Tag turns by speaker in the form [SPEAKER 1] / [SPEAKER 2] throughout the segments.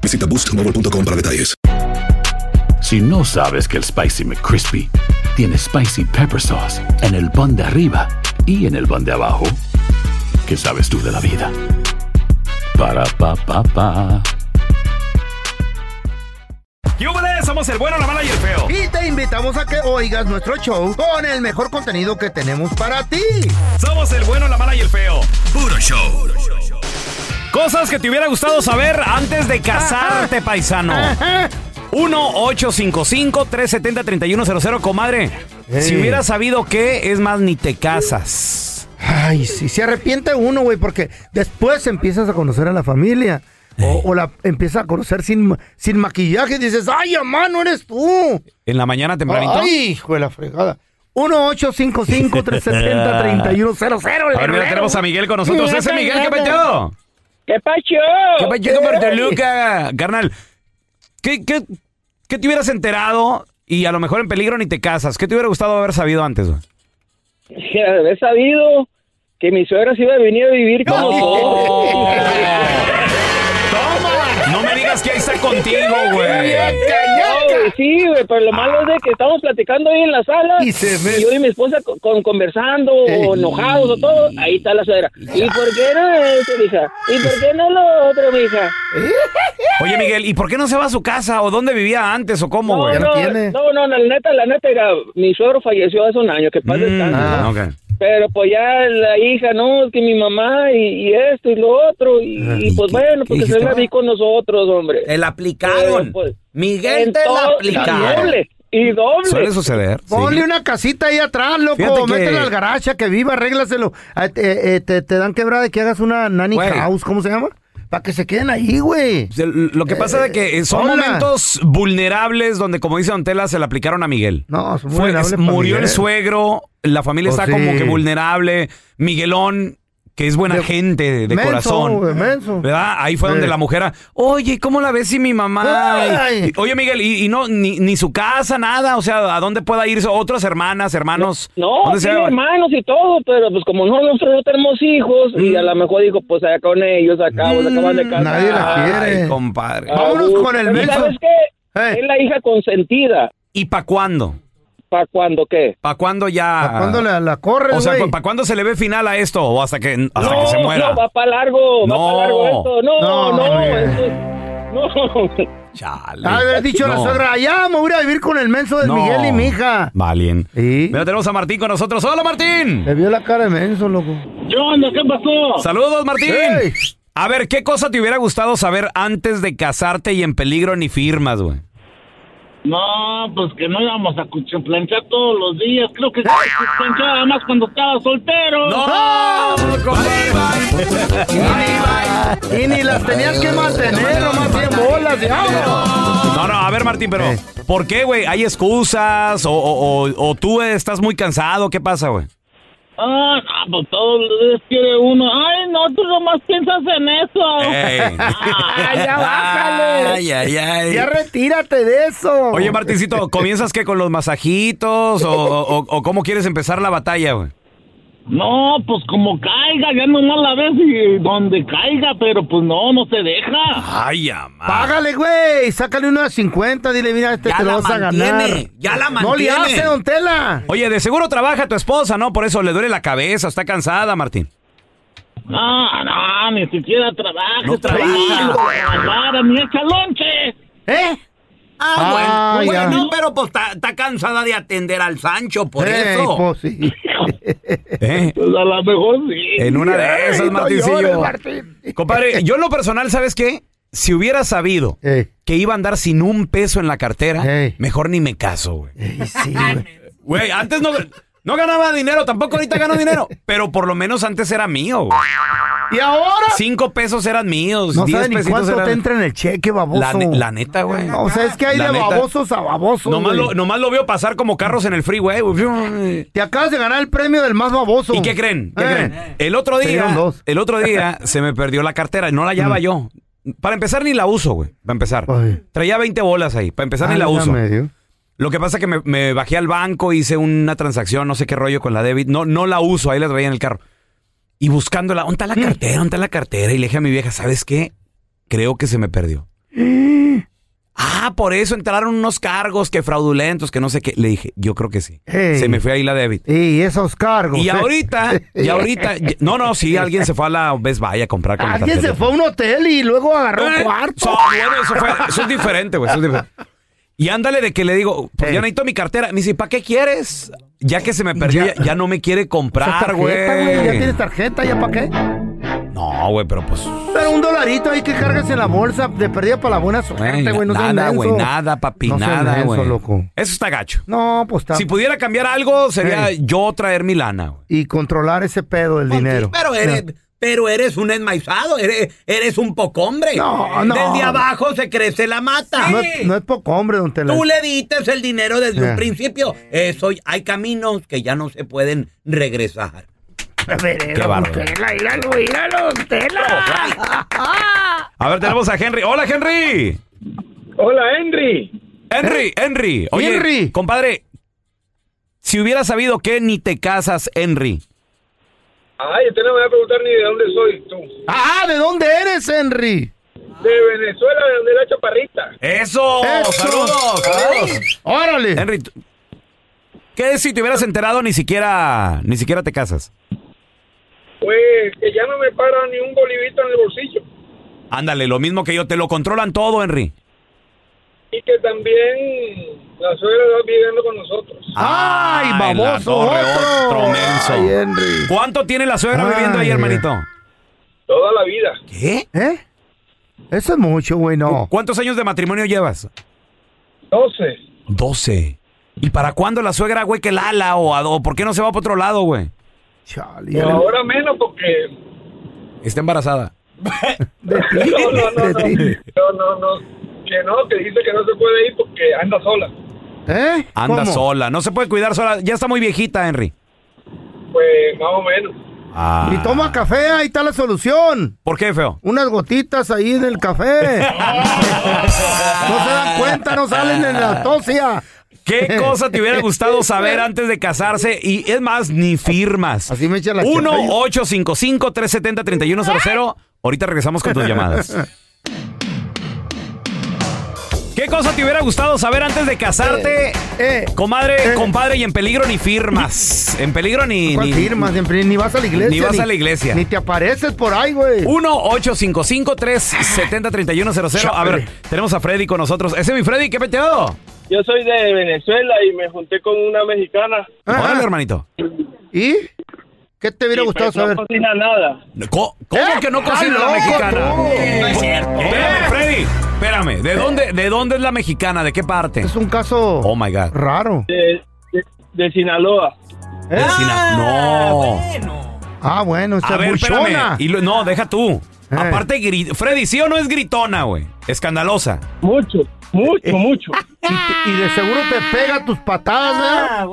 [SPEAKER 1] Visita boostmobile.com para detalles.
[SPEAKER 2] Si no sabes que el Spicy McCrispy tiene Spicy Pepper Sauce en el pan de arriba y en el pan de abajo, ¿qué sabes tú de la vida? Para, pa, pa, pa.
[SPEAKER 3] ¡Yúbales! Somos el bueno, la mala y el feo.
[SPEAKER 4] Y te invitamos a que oigas nuestro show con el mejor contenido que tenemos para ti.
[SPEAKER 3] Somos el bueno, la mala y el feo.
[SPEAKER 1] Puro show.
[SPEAKER 3] Cosas que te hubiera gustado saber antes de casarte, paisano. 1-855-370-3100, comadre.
[SPEAKER 4] Eh.
[SPEAKER 3] Si hubieras sabido qué, es más, ni te casas.
[SPEAKER 4] Ay, sí, se arrepiente uno, güey, porque después empiezas a conocer a la familia. O, o la empiezas a conocer sin, ma- sin maquillaje y dices, ay, mamá, no eres tú.
[SPEAKER 3] En la mañana tempranito.
[SPEAKER 4] Ay, hijo de la fregada. 1-855-370-3100.
[SPEAKER 3] A ver, mira, tenemos a Miguel con nosotros.
[SPEAKER 4] Mira,
[SPEAKER 3] Ese Miguel, ¿qué
[SPEAKER 4] cállate.
[SPEAKER 3] peteó?
[SPEAKER 5] ¿Qué pacho?
[SPEAKER 3] ¿Qué peteó con Toluca? Carnal, ¿qué, qué, qué te hubieras enterado y a lo mejor en peligro ni te casas? ¿Qué te hubiera gustado haber sabido antes? güey?
[SPEAKER 5] He sabido que mi suegra se iba a venir a vivir con
[SPEAKER 3] No me digas que ahí está contigo, güey.
[SPEAKER 5] No, güey, sí, güey, pero lo malo es de que estamos platicando ahí en la sala
[SPEAKER 4] Y se ve-
[SPEAKER 5] yo y mi esposa co- con, conversando o enojados o todo, ahí está la suegra. ¿Y por qué no esto, mija? ¿Y por qué no lo otro, mija?
[SPEAKER 3] Oye, Miguel, ¿y por qué no se va a su casa? ¿O dónde vivía antes? ¿O cómo, güey?
[SPEAKER 4] no tiene.
[SPEAKER 5] no, no, la neta, la neta, era, mi suegro falleció hace un año, que paz descanse,
[SPEAKER 3] Mm,
[SPEAKER 5] ¿no?
[SPEAKER 3] ok.
[SPEAKER 5] Pero pues ya la hija, no, es que mi mamá y, y esto y lo otro, y, y, pues bueno, porque se la vi con nosotros, hombre.
[SPEAKER 6] Te la aplicaron.
[SPEAKER 5] Pero, pues,
[SPEAKER 6] Miguel te la
[SPEAKER 5] Entonces, Y
[SPEAKER 6] aplicaron.
[SPEAKER 5] doble, y
[SPEAKER 3] Suele
[SPEAKER 5] doble.
[SPEAKER 3] suceder. sí.
[SPEAKER 4] Ponle una casita ahí atrás,
[SPEAKER 3] Fíjate
[SPEAKER 4] loco.
[SPEAKER 3] que-
[SPEAKER 4] Métela al garaje, que viva, arréglaselo. Ah, te- eh, te, te dan quebrada de que hagas una nanny
[SPEAKER 3] Güey.
[SPEAKER 4] house, ¿cómo se llama? Para que se queden ahí, güey.
[SPEAKER 3] O sea, Lo que pasa es que eh, son
[SPEAKER 4] hola.
[SPEAKER 3] momentos vulnerables donde, como dice Don Tela, se la aplicaron a Miguel.
[SPEAKER 4] No, son
[SPEAKER 3] Fue-
[SPEAKER 4] vulnerables
[SPEAKER 3] es-
[SPEAKER 4] pa'
[SPEAKER 3] murió el
[SPEAKER 4] Miguel.
[SPEAKER 3] suegro, la familia
[SPEAKER 4] Pues
[SPEAKER 3] está como
[SPEAKER 4] sí.
[SPEAKER 3] que vulnerable. Miguelón, que es buena gente de
[SPEAKER 4] menso,
[SPEAKER 3] corazón.
[SPEAKER 4] güey, menso.
[SPEAKER 3] ¿Verdad? Ahí fue
[SPEAKER 4] Sí.
[SPEAKER 3] donde la mujer, ah, oye, ¿cómo la ves si mi mamá?
[SPEAKER 4] Ay.
[SPEAKER 3] Y- oye, Miguel, y, y no, ni, ni su casa, nada. O sea, ¿a dónde pueda irse? Otras hermanas, hermanos.
[SPEAKER 5] No,
[SPEAKER 3] ¿Dónde se
[SPEAKER 5] tiene
[SPEAKER 3] va?
[SPEAKER 5] hermanos y todo, pero pues como no, nosotros no tenemos hijos, y a lo mejor dijo, pues allá con ellos, acá, pues, acaban de casar.
[SPEAKER 4] nadie la quiere.
[SPEAKER 3] Ay, compadre.
[SPEAKER 5] Ah,
[SPEAKER 4] Vámonos
[SPEAKER 5] güey.
[SPEAKER 4] con el
[SPEAKER 5] Pero
[SPEAKER 4] menso.
[SPEAKER 5] ¿Sabes qué?
[SPEAKER 4] Eh.
[SPEAKER 5] Es la hija consentida.
[SPEAKER 3] ¿Y para cuándo?
[SPEAKER 5] ¿Para cuándo qué?
[SPEAKER 3] ¿Para cuándo ya?
[SPEAKER 4] ¿A cuándo la, la corres,
[SPEAKER 3] O sea,
[SPEAKER 4] güey?
[SPEAKER 3] ¿para cuándo se le ve final a esto? ¿O hasta que, hasta que se muera?
[SPEAKER 5] No, va para largo, va
[SPEAKER 3] No.
[SPEAKER 5] para largo esto. No,
[SPEAKER 4] No,
[SPEAKER 5] no,
[SPEAKER 4] hombre.
[SPEAKER 5] esto es- no.
[SPEAKER 3] Chale.
[SPEAKER 4] Ha de haber Ah, dicho la
[SPEAKER 3] No,
[SPEAKER 4] suegra, ya me voy a ir a vivir con el menso de
[SPEAKER 3] no.
[SPEAKER 4] Miguel y mi hija.
[SPEAKER 3] Valien.
[SPEAKER 4] Sí.
[SPEAKER 3] Mira, tenemos a Martín con nosotros. ¡Hola, Martín!
[SPEAKER 4] Le vio la cara de menso, loco.
[SPEAKER 5] ¿Qué pasó?
[SPEAKER 3] ¡Saludos, Martín!
[SPEAKER 4] Ey.
[SPEAKER 3] A ver, ¿qué cosa te hubiera gustado saber antes de casarte y en peligro ni firmas, güey?
[SPEAKER 7] No, pues que no íbamos a cuch- planchar todos los días. Creo que planchaba nada más cuando estaba soltero.
[SPEAKER 3] ¡No!
[SPEAKER 4] Y ni las tenías que mantener, nomás 100 bolas, ya.
[SPEAKER 3] No, no, a ver, Martín, pero
[SPEAKER 4] Eh.
[SPEAKER 3] ¿por qué, güey? ¿Hay excusas? ¿O, o- o- o tú eh, estás muy cansado? ¿Qué pasa, güey?
[SPEAKER 7] Ah, no, pues todos los días quiere uno. Ay, no, tú nomás piensas en eso.
[SPEAKER 3] Ey.
[SPEAKER 4] Ah, ya bájale.
[SPEAKER 6] Ay, ay, ay.
[SPEAKER 4] Ya retírate de eso.
[SPEAKER 3] Oye, Martincito, ¿comienzas qué con los masajitos? ¿O, o- o cómo quieres empezar la batalla, güey?
[SPEAKER 7] No, pues como caiga, ya nomás la ves y donde caiga, pero pues no, no se deja.
[SPEAKER 3] Ay, amá.
[SPEAKER 4] Págale, güey. Sácale uno de 50. Dile, mira, este
[SPEAKER 6] Ya
[SPEAKER 4] te lo
[SPEAKER 6] la
[SPEAKER 4] vas a ganar.
[SPEAKER 6] mantiene, ya la
[SPEAKER 4] No le
[SPEAKER 6] mantiene.
[SPEAKER 4] hace, don Tela.
[SPEAKER 3] Oye, de seguro trabaja tu esposa, ¿no? Por eso le duele la cabeza, está cansada, Martín.
[SPEAKER 7] No, no, ni siquiera trabaja. No
[SPEAKER 6] trabaja.
[SPEAKER 7] Para, ni echa lonche.
[SPEAKER 4] ¿Eh?
[SPEAKER 6] Ah,
[SPEAKER 4] Ah,
[SPEAKER 6] bueno,
[SPEAKER 4] ya.
[SPEAKER 6] bueno, pero pues está está cansada de atender al Sancho, por
[SPEAKER 4] Ey,
[SPEAKER 6] eso.
[SPEAKER 4] pues, sí.
[SPEAKER 3] Eh,
[SPEAKER 7] Pues a lo mejor sí.
[SPEAKER 3] En una de
[SPEAKER 4] Ey,
[SPEAKER 3] esas,
[SPEAKER 4] no
[SPEAKER 3] Martincillo.
[SPEAKER 4] llores, Martín.
[SPEAKER 3] Compadre, yo en lo personal, ¿sabes qué? Si hubiera sabido
[SPEAKER 4] Ey,
[SPEAKER 3] que iba a andar sin un peso en la cartera,
[SPEAKER 4] Eh. Ey. Eh.
[SPEAKER 3] mejor ni me caso, güey.
[SPEAKER 4] ey, sí, güey.
[SPEAKER 3] Güey, antes no, no ganaba dinero, tampoco ahorita gano dinero, pero por lo menos antes era mío, güey.
[SPEAKER 4] ¿Y ahora?
[SPEAKER 3] Cinco pesos eran míos,
[SPEAKER 4] No
[SPEAKER 3] pues, diez
[SPEAKER 4] sabes ni
[SPEAKER 3] pesitos
[SPEAKER 4] cuánto
[SPEAKER 3] eran...
[SPEAKER 4] te entra en el cheque, baboso.
[SPEAKER 3] La, ne- la neta, güey.
[SPEAKER 4] No, o sea, es que hay
[SPEAKER 3] La
[SPEAKER 4] de
[SPEAKER 3] neta.
[SPEAKER 4] babosos a babosos.
[SPEAKER 3] Nomás
[SPEAKER 4] güey.
[SPEAKER 3] lo, nomás lo veo pasar como carros en el freeway. güey.
[SPEAKER 4] Te acabas de ganar el premio del más baboso.
[SPEAKER 3] ¿Y qué creen? ¿Qué
[SPEAKER 4] Eh.
[SPEAKER 3] creen? El otro
[SPEAKER 4] Te
[SPEAKER 3] día,
[SPEAKER 4] dieron dos. Mm.
[SPEAKER 3] el otro día se me perdió la cartera y no la hallaba yo. Para empezar ni la uso, güey. Para empezar.
[SPEAKER 4] Ay.
[SPEAKER 3] Traía 20 bolas ahí. Para empezar ni la uso.
[SPEAKER 4] Válgame Dios.
[SPEAKER 3] Lo que pasa es que me, me bajé al banco, hice una transacción, no sé qué rollo con la debit. No, no la uso, ahí la traía en el carro. Y buscándola, ¿dónde está
[SPEAKER 4] Mm.
[SPEAKER 3] la cartera? ¿Dónde está la cartera? Y le dije a mi vieja, ¿sabes qué? Creo que se me perdió. ah, por eso entraron unos cargos que fraudulentos, que no sé qué. Le dije, yo creo que sí.
[SPEAKER 4] Ey.
[SPEAKER 3] Se me fue ahí la debit.
[SPEAKER 4] Y esos cargos.
[SPEAKER 3] Y
[SPEAKER 4] eh.
[SPEAKER 3] ahorita, y ahorita, no, no, sí, alguien se fue a la Best Buy a comprar con la
[SPEAKER 4] Alguien se
[SPEAKER 3] tarjeta.
[SPEAKER 4] fue a un hotel y luego agarró
[SPEAKER 3] Eh, so-
[SPEAKER 4] cuarto.
[SPEAKER 3] bueno, eso, fue- eso es diferente, güey. eso es diferente. Y ándale de que le digo, pues,
[SPEAKER 4] Ey.
[SPEAKER 3] ya necesito mi cartera. Me dice, ¿para qué quieres? Ya que se me perdió, ya,
[SPEAKER 4] Ya.
[SPEAKER 3] ya no me quiere
[SPEAKER 4] Esa
[SPEAKER 3] comprar,
[SPEAKER 4] tarjeta,
[SPEAKER 3] güey.
[SPEAKER 4] güey, Ya tienes tarjeta, ¿ya para qué?
[SPEAKER 3] No, güey, pero pues.
[SPEAKER 4] Pero un dolarito ahí que cargas en la bolsa de perdida para la buena suerte,
[SPEAKER 3] güey,
[SPEAKER 4] güey. No seas
[SPEAKER 3] nada, güey,
[SPEAKER 4] menso.
[SPEAKER 3] nada, papi,
[SPEAKER 4] No seas
[SPEAKER 3] nada,
[SPEAKER 4] menso,
[SPEAKER 3] güey.
[SPEAKER 4] loco.
[SPEAKER 3] Eso está gacho.
[SPEAKER 4] No, pues está.
[SPEAKER 3] Si pudiera cambiar algo, sería
[SPEAKER 4] Ey.
[SPEAKER 3] yo traer mi lana, güey.
[SPEAKER 4] y controlar ese pedo del dinero.
[SPEAKER 6] Pero eres, pero eres un enmaizado, eres, eres un pocombre.
[SPEAKER 4] No, no.
[SPEAKER 6] Desde abajo se crece la mata.
[SPEAKER 4] No, es, no es poco hombre, don Tela.
[SPEAKER 6] Tú le dites el dinero desde
[SPEAKER 4] Ya.
[SPEAKER 6] un principio. Eso, hay caminos que ya no se pueden regresar.
[SPEAKER 4] eh,
[SPEAKER 3] Qué bárbaro. A ver, tenemos a Henry. Hola, Henry.
[SPEAKER 8] Hola, Henry.
[SPEAKER 3] Henry, Henry. Oye,
[SPEAKER 4] Eh, Henry.
[SPEAKER 3] compadre, si hubiera sabido que ni te casas, Henry.
[SPEAKER 8] Ay, usted no me va a preguntar ni de dónde soy tú.
[SPEAKER 4] Ah, ¿de dónde eres, Henry?
[SPEAKER 8] De Venezuela, de donde la chaparrita.
[SPEAKER 3] ¡Eso!
[SPEAKER 4] Eso.
[SPEAKER 3] ¡Saludos! ¡Saludos!
[SPEAKER 4] Órale.
[SPEAKER 3] Henry, tú- ¿qué si te hubieras enterado ni siquiera ni siquiera te casas?
[SPEAKER 8] Pues que ya no me para ni un bolivito en el bolsillo.
[SPEAKER 3] Ándale, lo mismo que yo, te lo controlan todo, Henry.
[SPEAKER 8] Y que también la suegra va viviendo con nosotros.
[SPEAKER 4] Ay,
[SPEAKER 3] en la
[SPEAKER 4] baboso,
[SPEAKER 3] torre,
[SPEAKER 4] otro.
[SPEAKER 3] otro menso.
[SPEAKER 4] Ay, Henry.
[SPEAKER 3] ¿Cuánto tiene la suegra
[SPEAKER 4] Ay.
[SPEAKER 3] viviendo ahí, hermanito?
[SPEAKER 8] Toda la vida.
[SPEAKER 3] ¿Qué?
[SPEAKER 4] ¿Eh? Eso es mucho, güey, no.
[SPEAKER 3] ¿Cuántos años de matrimonio llevas?
[SPEAKER 8] 12.
[SPEAKER 3] Doce. ¿Y para cuándo la suegra, güey, que lala o, a- o por qué no se va para otro lado, güey?
[SPEAKER 4] Chale,
[SPEAKER 8] Pero ahora menos porque...
[SPEAKER 3] Está embarazada.
[SPEAKER 4] de ti,
[SPEAKER 8] No, no, no,
[SPEAKER 4] de ti.
[SPEAKER 8] no. No, no, no. Que no, que dice que no se puede ir porque anda sola.
[SPEAKER 4] ¿Eh?
[SPEAKER 3] Anda
[SPEAKER 4] ¿Cómo?
[SPEAKER 3] sola, no se puede cuidar sola. Ya está muy viejita, Henry.
[SPEAKER 8] Pues más o menos.
[SPEAKER 3] Ah.
[SPEAKER 4] Y toma café, ahí está la solución.
[SPEAKER 3] ¿Por qué, feo?
[SPEAKER 4] Unas gotitas ahí en el café. no se dan cuenta, no salen en la tosia.
[SPEAKER 3] ¿Qué cosa te hubiera gustado saber antes de casarse? Y es más, ni firmas.
[SPEAKER 4] Así me echa la champaña.
[SPEAKER 3] 1-855-370-3100. Ahorita regresamos con tus llamadas. ¿Qué cosa te hubiera gustado saber antes de casarte?
[SPEAKER 4] Eh,
[SPEAKER 3] Comadre,
[SPEAKER 4] Eh.
[SPEAKER 3] compadre, y en peligro ni firmas. En peligro ni.
[SPEAKER 4] ¿Cuál
[SPEAKER 3] ni-
[SPEAKER 4] firmas? Ni, ni vas a la iglesia.
[SPEAKER 3] Ni vas a la iglesia.
[SPEAKER 4] Ni te apareces por ahí, güey.
[SPEAKER 3] 1-855-370-3100. A ver, tenemos a Freddy con nosotros. Ese es mi Freddy, ¿qué peteado?
[SPEAKER 8] Yo soy de Venezuela y me junté con una mexicana.
[SPEAKER 4] Ah,
[SPEAKER 3] Órale, hermanito.
[SPEAKER 4] ¿Y? ¿Qué te hubiera
[SPEAKER 5] Pues
[SPEAKER 4] gustado saber?
[SPEAKER 8] cocina nada.
[SPEAKER 3] Co- ¿Cómo
[SPEAKER 4] ¿Eh?
[SPEAKER 3] que no
[SPEAKER 4] ¡Está
[SPEAKER 3] cocina la
[SPEAKER 4] loco
[SPEAKER 3] mexicana?
[SPEAKER 4] tú!
[SPEAKER 3] No es cierto. Espérame, Freddy. Espérame, ¿de dónde, ¿de dónde es la mexicana? ¿De qué parte?
[SPEAKER 4] ¿Eh? Es un caso
[SPEAKER 3] Oh my God.
[SPEAKER 4] raro.
[SPEAKER 8] De, Sinaloa.
[SPEAKER 3] De Sina- No.
[SPEAKER 4] Ah, bueno,
[SPEAKER 3] A
[SPEAKER 4] está
[SPEAKER 3] ver, espérame.
[SPEAKER 4] buchona.
[SPEAKER 3] Y lo- no, deja tú.
[SPEAKER 4] Eh.
[SPEAKER 3] Aparte, gri- Freddy, ¿sí o no es gritona, güey? Escandalosa.
[SPEAKER 8] Mucho,
[SPEAKER 4] Eh.
[SPEAKER 8] mucho, mucho.
[SPEAKER 4] Y de seguro te pega tus patadas, ¿verdad?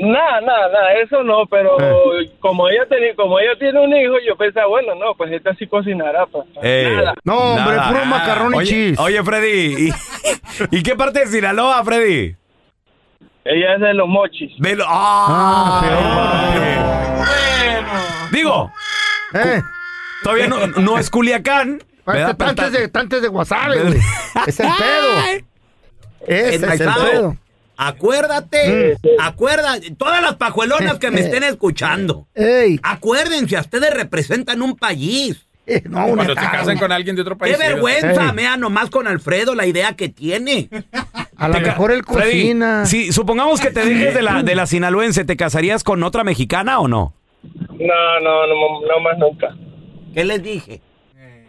[SPEAKER 8] Nada, nada, nada, eso no, pero
[SPEAKER 4] Eh.
[SPEAKER 8] como ella tenía, como ella tiene un hijo, yo pensaba, bueno, no, pues esta sí cocinará, pues.
[SPEAKER 3] Eh,
[SPEAKER 8] Nada.
[SPEAKER 4] No, hombre, puro macarrón y
[SPEAKER 3] oye,
[SPEAKER 4] cheese.
[SPEAKER 3] Oye, Freddy, ¿y, y qué parte de Sinaloa, Freddy?
[SPEAKER 8] Ella es de los mochis.
[SPEAKER 3] De lo- ¡Ah! Digo,
[SPEAKER 4] Eh,
[SPEAKER 3] todavía no, no es Culiacán. ¿verdad?
[SPEAKER 4] este
[SPEAKER 3] Pero
[SPEAKER 4] tantes,
[SPEAKER 3] está-
[SPEAKER 4] de, tantes de wasabi,
[SPEAKER 3] ¿Verdad?
[SPEAKER 4] güey. Es el pedo. Ese es el
[SPEAKER 6] Enmaizado.
[SPEAKER 4] pedo. Mm.
[SPEAKER 3] Acuérdate, acuerda, todas las pajuelonas
[SPEAKER 4] Eh.
[SPEAKER 3] que me estén escuchando.
[SPEAKER 4] ¡Ey!
[SPEAKER 3] Acuérdense, ustedes representan un país.
[SPEAKER 4] eh, No, una
[SPEAKER 2] Cuando se
[SPEAKER 4] tabla.
[SPEAKER 2] casan con alguien de otro país.
[SPEAKER 3] Qué vergüenza,
[SPEAKER 4] Ey.
[SPEAKER 3] mea nomás con Alfredo la idea que tiene.
[SPEAKER 4] A lo
[SPEAKER 9] Te ca-
[SPEAKER 4] mejor él
[SPEAKER 9] Freddy,
[SPEAKER 4] cocina.
[SPEAKER 9] Si supongamos que te dejes de la, de la sinaloense, ¿te casarías con otra mexicana o no?
[SPEAKER 5] No, no, no, no más nunca.
[SPEAKER 3] ¿Qué les dije?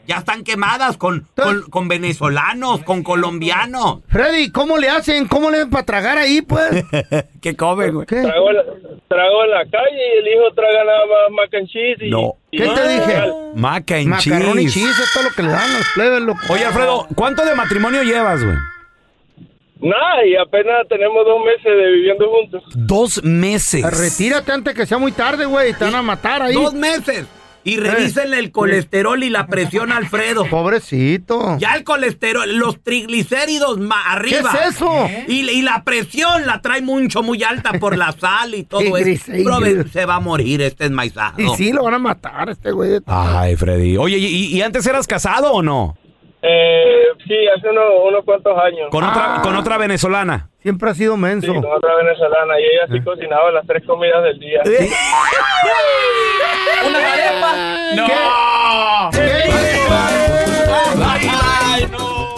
[SPEAKER 3] Ya están quemadas con, con, con venezolanos, con colombianos.
[SPEAKER 4] Freddy, ¿cómo le hacen? ¿Cómo le ven para tragar ahí, pues?
[SPEAKER 9] ¿Qué comen, güey?
[SPEAKER 4] ¿Qué?
[SPEAKER 5] Trago, en la- trago en la calle y el hijo traga nada más mac and cheese y-
[SPEAKER 9] No.
[SPEAKER 5] y-
[SPEAKER 4] ¿Qué te
[SPEAKER 5] y-
[SPEAKER 4] dije?
[SPEAKER 9] Maca en
[SPEAKER 4] Macarrón y cheese, es todo lo que le dan a los plebes, loco.
[SPEAKER 9] Oye, Alfredo, ¿cuánto de matrimonio llevas, güey?
[SPEAKER 5] Nada, y apenas tenemos dos meses de viviendo juntos.
[SPEAKER 9] Dos meses.
[SPEAKER 4] Retírate antes que sea muy tarde, güey. Te van a matar ahí. Eh.
[SPEAKER 3] Dos meses. Y revísenle el colesterol y la presión a Alfredo.
[SPEAKER 4] Pobrecito.
[SPEAKER 3] Ya el colesterol, los triglicéridos ma-
[SPEAKER 4] ¿Qué
[SPEAKER 3] arriba.
[SPEAKER 4] es eso?
[SPEAKER 3] Y, y la presión la trae mucho, muy alta por la sal y todo eso.
[SPEAKER 4] Triglicéridos.
[SPEAKER 3] Prove- se va a morir este enmaizado.
[SPEAKER 4] Y sí, lo van a matar a este güey.
[SPEAKER 3] Ah.
[SPEAKER 9] Ay, Freddy. Oye, ¿y, y- y antes eras casado o no?
[SPEAKER 5] Eh, sí, hace unos, unos cuantos años.
[SPEAKER 9] Con
[SPEAKER 4] Ah.
[SPEAKER 9] otra, con otra venezolana.
[SPEAKER 4] Siempre ha sido
[SPEAKER 5] Sí,
[SPEAKER 4] menso.
[SPEAKER 5] con otra venezolana y ella sí cocinaba las tres comidas del día.
[SPEAKER 4] Eh.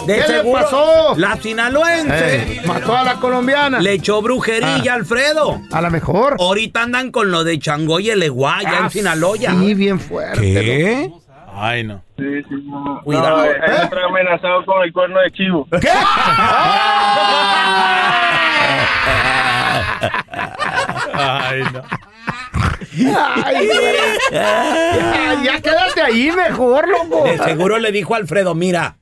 [SPEAKER 3] De
[SPEAKER 4] ¿Qué le
[SPEAKER 3] seguro,
[SPEAKER 4] pasó?
[SPEAKER 3] La sinaloense
[SPEAKER 4] Eh, mató a la colombiana.
[SPEAKER 3] le echó
[SPEAKER 9] Ah.
[SPEAKER 3] brujería a Alfredo.
[SPEAKER 4] A lo mejor. Ah,
[SPEAKER 3] Ahorita andan con lo de Chango y el Eguá, ya en Sinaloya.
[SPEAKER 4] Sí, bien fuerte.
[SPEAKER 9] Ah, ¿Qué?
[SPEAKER 2] Ay, no.
[SPEAKER 5] Sí, sí, no.
[SPEAKER 3] Cuidado.
[SPEAKER 5] No, eh, yo estoy amenazado con el cuerno de chivo.
[SPEAKER 2] Ay, no.
[SPEAKER 4] Ay, güey. ya, ya quédate ahí mejor, loco.
[SPEAKER 3] De seguro le dijo a Alfredo, mira,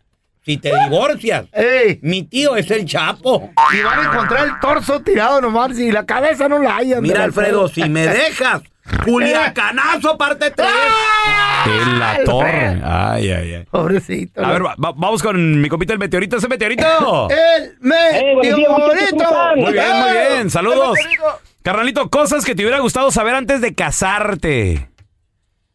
[SPEAKER 3] si te divorcias,
[SPEAKER 4] Ey,
[SPEAKER 3] mi tío es el Chapo.
[SPEAKER 4] y van a encontrar el torso tirado nomás y la cabeza no la hayan.
[SPEAKER 3] Mira,
[SPEAKER 4] de la-
[SPEAKER 3] Alfredo, si me dejas, Culiacanazo, parte 3.
[SPEAKER 9] En la torre. Ay, ay, ay.
[SPEAKER 4] Pobrecito.
[SPEAKER 9] A ver, va- va- vamos con mi compita el meteorito, ese meteorito.
[SPEAKER 3] Eh,
[SPEAKER 4] El meteorito.
[SPEAKER 9] Muy bien, muy bien.
[SPEAKER 4] ¡Eh!
[SPEAKER 9] Saludos. Carnalito, cosas que te hubiera gustado saber antes de casarte.